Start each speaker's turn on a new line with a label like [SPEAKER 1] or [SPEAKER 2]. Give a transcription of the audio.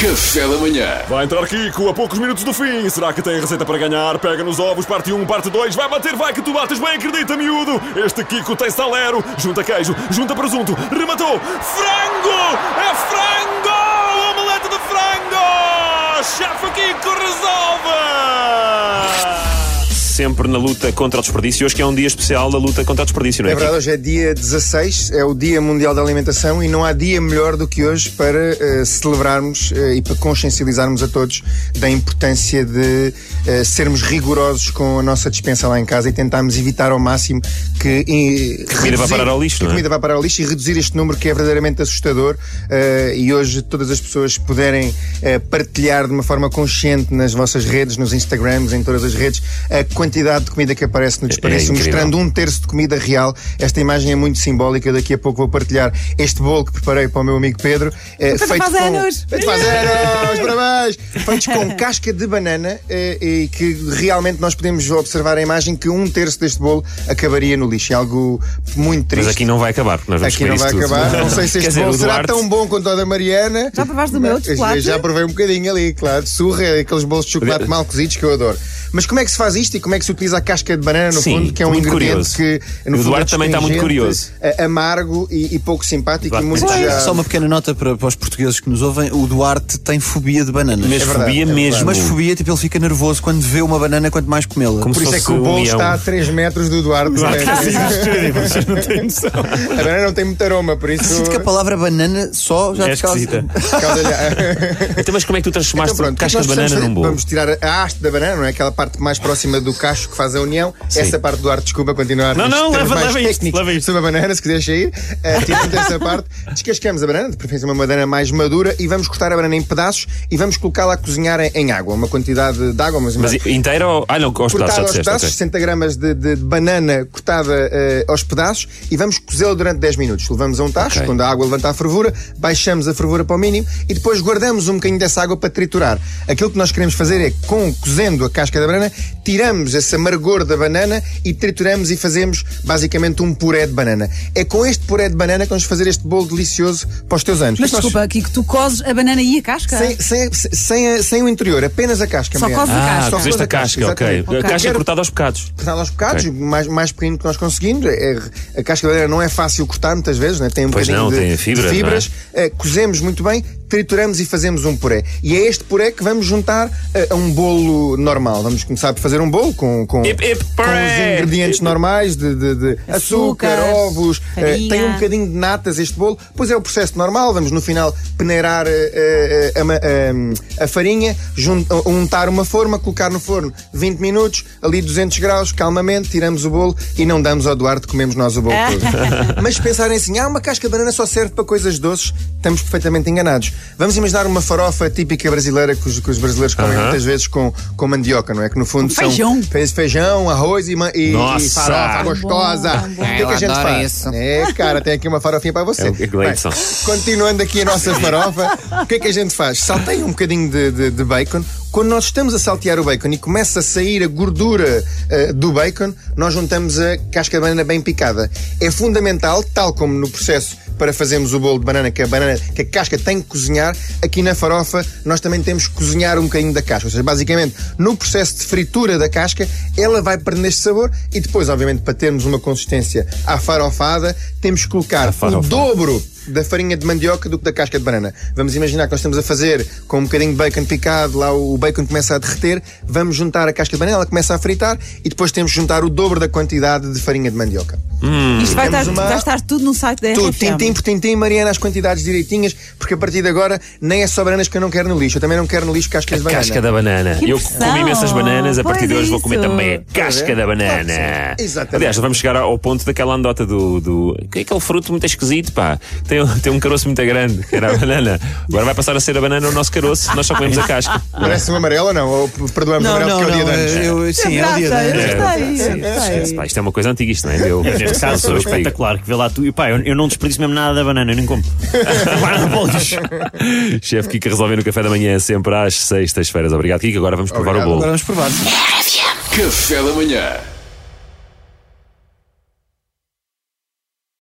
[SPEAKER 1] Café da Manhã.
[SPEAKER 2] Vai entrar Kiko a poucos minutos do fim. Será que tem receita para ganhar? Pega nos ovos, parte 1, parte 2. Vai bater, vai que tu bates bem, acredita, miúdo. Este Kiko tem salero. Junta queijo, junta presunto. Rematou. Frango! É frango! Omelete de frango! Chefe Kiko resolve!
[SPEAKER 3] sempre na luta contra o desperdício. Hoje que é um dia especial da luta contra o desperdício, não é?
[SPEAKER 4] É verdade, hoje é dia 16, é o Dia Mundial da Alimentação e não há dia melhor do que hoje para eh, celebrarmos eh, e para consciencializarmos a todos da importância de eh, sermos rigorosos com a nossa dispensa lá em casa e tentarmos evitar ao máximo que. eh,
[SPEAKER 3] comida vá
[SPEAKER 4] reduzir-
[SPEAKER 3] parar ao lixo,
[SPEAKER 4] que
[SPEAKER 3] não é?
[SPEAKER 4] comida vá parar ao lixo e reduzir este número que é verdadeiramente assustador eh, e hoje todas as pessoas puderem eh, partilhar de uma forma consciente nas vossas redes, nos Instagrams, em todas as redes, a quantidade de comida que aparece no desperdício,
[SPEAKER 3] É, incrível.
[SPEAKER 4] mostrando um terço de comida real. Esta imagem é muito simbólica. Eu Daqui a pouco vou partilhar este bolo que preparei para o meu amigo Pedro. eh, feito
[SPEAKER 5] Então faz anos.
[SPEAKER 4] Feito faz anos! Parabéns! Feitos com casca de banana eh, e que realmente nós podemos observar a imagem que um terço deste bolo acabaria no lixo. É algo muito triste.
[SPEAKER 3] Mas aqui não vai acabar, porque nós vamos
[SPEAKER 4] Aqui
[SPEAKER 3] comer
[SPEAKER 4] não
[SPEAKER 3] isso
[SPEAKER 4] vai
[SPEAKER 3] tudo.
[SPEAKER 4] acabar. Não sei se
[SPEAKER 3] Quer
[SPEAKER 4] este
[SPEAKER 3] dizer,
[SPEAKER 4] bolo
[SPEAKER 3] o
[SPEAKER 4] será
[SPEAKER 3] Duarte-
[SPEAKER 4] tão bom quanto o da Mariana.
[SPEAKER 5] Já provaste do meu de
[SPEAKER 4] Eu já-
[SPEAKER 5] chocolate?
[SPEAKER 4] Já provei um bocadinho ali, claro. de Surra, é aqueles bolos de chocolate mal cozidos que eu adoro. Mas como é que se faz isto e como é que se utiliza a casca de banana, no
[SPEAKER 3] Sim,
[SPEAKER 4] fundo, que é um
[SPEAKER 3] muito
[SPEAKER 4] ingrediente
[SPEAKER 3] curioso.
[SPEAKER 4] que.
[SPEAKER 3] E o
[SPEAKER 4] No fundo,
[SPEAKER 3] Duarte
[SPEAKER 4] é
[SPEAKER 3] também está muito
[SPEAKER 4] astringente,
[SPEAKER 3] curioso.
[SPEAKER 4] a- amargo e, e pouco simpático
[SPEAKER 3] Duarte
[SPEAKER 4] e muito
[SPEAKER 3] também.
[SPEAKER 4] já.
[SPEAKER 6] Só uma pequena nota para, para os portugueses que nos ouvem: o Duarte tem fobia de bananas.
[SPEAKER 3] Mas
[SPEAKER 4] É verdade,
[SPEAKER 3] fobia
[SPEAKER 4] é
[SPEAKER 3] mesmo.
[SPEAKER 4] verdade.
[SPEAKER 6] Mas fobia, tipo, ele fica nervoso quando vê uma banana, quanto mais comê-la.
[SPEAKER 3] Como
[SPEAKER 4] Por
[SPEAKER 3] se
[SPEAKER 4] isso é
[SPEAKER 3] fosse
[SPEAKER 4] que o bolo
[SPEAKER 3] um leão.
[SPEAKER 4] está a 3 metros do Duarte. né?
[SPEAKER 2] Vocês não têm noção.
[SPEAKER 4] a banana não tem muito aroma, por isso.
[SPEAKER 6] Sinto que a palavra banana só já assim.
[SPEAKER 3] É
[SPEAKER 6] te causa.
[SPEAKER 3] esquisita.
[SPEAKER 4] Causa-lhe-
[SPEAKER 3] Então, mas como é que tu transformaste
[SPEAKER 4] Então, pronto,
[SPEAKER 3] casca
[SPEAKER 4] nós
[SPEAKER 3] de banana
[SPEAKER 4] precisamos
[SPEAKER 3] num bolo?
[SPEAKER 4] Vamos tirar a haste da banana, não é? Aquela parte mais próxima do cacho que faz a união. Essa parte do ar, desculpa, continuar.
[SPEAKER 2] Não, não,
[SPEAKER 4] nos termos
[SPEAKER 2] leva-
[SPEAKER 4] mais
[SPEAKER 2] leva isto,
[SPEAKER 4] técnicos
[SPEAKER 2] leva isto.
[SPEAKER 4] Sobre a banana, se quiseres sair. Eh, tiramos essa parte. Descascamos a banana, de preferência uma banana mais madura, e vamos cortar a banana em pedaços e vamos colocá-la a cozinhar em, em água. Uma quantidade de água, mas...
[SPEAKER 3] Mas inteira ou. Ah, não, aos pedaços,
[SPEAKER 4] Cortada
[SPEAKER 3] já
[SPEAKER 4] aos
[SPEAKER 3] disseste.
[SPEAKER 4] pedaços,
[SPEAKER 3] ok.
[SPEAKER 4] 60 gramas de, de- de banana cortada eh, aos pedaços e vamos cozê-la durante 10 minutos. Levamos a um tacho,
[SPEAKER 3] Ok.
[SPEAKER 4] quando a água levanta a fervura, baixamos a fervura para o mínimo e depois guardamos um bocadinho dessa água para triturar. Aquilo que nós queremos fazer é, com cozendo a casca da banana, tiramos esse amargor da banana e trituramos e fazemos basicamente um puré de banana. É com este puré de banana que vamos fazer este bolo delicioso para os teus anos.
[SPEAKER 5] Mas
[SPEAKER 4] Nós-
[SPEAKER 5] desculpa, Kiko, tu cozes a banana e a casca?
[SPEAKER 4] Sem, sem, sem, sem o interior, apenas a casca.
[SPEAKER 5] Só
[SPEAKER 4] Mariana.
[SPEAKER 5] cozes a
[SPEAKER 3] Ah,
[SPEAKER 5] casca.
[SPEAKER 4] Só
[SPEAKER 3] cozeste a casca, ok.
[SPEAKER 4] exatamente.
[SPEAKER 3] A Casca
[SPEAKER 4] Quero-
[SPEAKER 3] cortada aos pecados.
[SPEAKER 4] cortá aos bocados,
[SPEAKER 3] Ok.
[SPEAKER 4] mais, mais pequeno que nós conseguimos. É- a casca de banana não é fácil cortar muitas vezes, né? tem um
[SPEAKER 3] Pois
[SPEAKER 4] bocadinho
[SPEAKER 3] não, é?
[SPEAKER 4] de,
[SPEAKER 3] tem fibra,
[SPEAKER 4] de fibras. Eh, cozemos muito bem, trituramos e fazemos um puré. E é este puré que vamos juntar eh, a um bolo normal. Vamos começar por fazer um bolo com, com,
[SPEAKER 3] Hip, hip,
[SPEAKER 4] com
[SPEAKER 3] puré!
[SPEAKER 4] os ingredientes normais de, de- de açúcar,
[SPEAKER 5] Açúcar,
[SPEAKER 4] ovos. eh,
[SPEAKER 5] farinha.
[SPEAKER 4] tem um bocadinho de natas este bolo. Pois é o processo normal. Vamos no final peneirar eh, eh, a, ma- eh, a farinha, jun- untar uma forma, colocar no forno 20 minutos, ali 200 graus, calmamente, tiramos o bolo e não damos ao Duarte, comemos nós o bolo todo. Mas se pensarem assim, ah, uma casca de banana só serve para coisas doces, estamos perfeitamente enganados. Vamos imaginar uma farofa típica brasileira que os, que os brasileiros comem
[SPEAKER 3] Aham.
[SPEAKER 4] muitas vezes com, com mandioca, não é? Que no fundo são-
[SPEAKER 5] Feijão.
[SPEAKER 4] fez feijão, arroz e, ma- e,
[SPEAKER 3] Nossa!
[SPEAKER 4] e farofa gostosa.
[SPEAKER 5] Tão bom, tão bom.
[SPEAKER 4] O que, é que a gente faz? É, cara, tem aqui uma farofinha para você.
[SPEAKER 3] É o que é que
[SPEAKER 4] Bem,
[SPEAKER 3] Gleidson.
[SPEAKER 4] continuando aqui a nossa farofa, o que é que a gente faz? Salteia um bocadinho de, de- de bacon. Quando nós estamos a saltear o bacon e começa a sair a gordura eh, do bacon, nós juntamos a casca de banana bem picada. É fundamental, tal como no processo para fazermos o bolo de banana, que a banana, que a casca tem que cozinhar, aqui na farofa nós também temos que cozinhar um bocadinho da casca. Ou seja, basicamente, no processo de fritura da casca, ela vai perder este sabor e depois, obviamente, para termos uma consistência à farofada, temos que colocar um o
[SPEAKER 3] farofa.
[SPEAKER 4] dobro da farinha de mandioca do que da casca de banana. Vamos imaginar que nós estamos a fazer com um bocadinho de bacon picado, lá o bacon começa a derreter, vamos juntar a casca de banana, ela começa a fritar e depois temos que juntar o dobro da quantidade de farinha de mandioca.
[SPEAKER 5] Isto vai estar,
[SPEAKER 4] Temos uma-
[SPEAKER 5] vai estar tudo no site da
[SPEAKER 4] Tudo,
[SPEAKER 5] RFM.
[SPEAKER 4] tintim por tintim, Mariana, as quantidades direitinhas, porque a partir de agora nem é só bananas que eu não quero no lixo, eu também não quero no lixo cascas de banana.
[SPEAKER 3] Casca da banana.
[SPEAKER 5] Que
[SPEAKER 3] Eu
[SPEAKER 5] impressão.
[SPEAKER 3] comi imensas bananas, a partir
[SPEAKER 5] Pois
[SPEAKER 3] de hoje
[SPEAKER 5] é
[SPEAKER 3] vou comer
[SPEAKER 5] isso.
[SPEAKER 3] também a casca
[SPEAKER 4] Pois é.
[SPEAKER 3] da banana.
[SPEAKER 4] Claro que sim. Exatamente.
[SPEAKER 3] Aliás, vamos chegar ao ponto daquela anedota do. do... Que é aquele fruto muito esquisito, pá. Tem, um- tem um caroço muito grande, que era a banana. Agora vai passar a ser a banana o nosso caroço, nós só comemos a casca.
[SPEAKER 4] Parece um amarelo ou não? Ou perdoamos o
[SPEAKER 6] Não,
[SPEAKER 4] amarelo
[SPEAKER 6] não,
[SPEAKER 4] porque é o dia
[SPEAKER 6] não.
[SPEAKER 4] de anos?
[SPEAKER 6] é- eu- Sim, é o dia de
[SPEAKER 5] Graça,
[SPEAKER 6] anos.
[SPEAKER 5] eu gostei,
[SPEAKER 3] Sim,
[SPEAKER 5] gostei.
[SPEAKER 3] esquece, pá, Isto é uma coisa antiga, isto não é? Eu,
[SPEAKER 7] Neste caso sou eu
[SPEAKER 3] eu digo.
[SPEAKER 7] espetacular, que vê lá tu. E pá, eu, eu não desperdício mesmo nada da banana, eu nem como. Guarda para o lixo.
[SPEAKER 3] Chefe Kika resolver no café da manhã, sempre às sextas-feiras. Obrigado, Kika. Agora vamos provar
[SPEAKER 4] Obrigado.
[SPEAKER 3] o bolo.
[SPEAKER 6] Agora vamos provar.
[SPEAKER 1] Café da Manhã.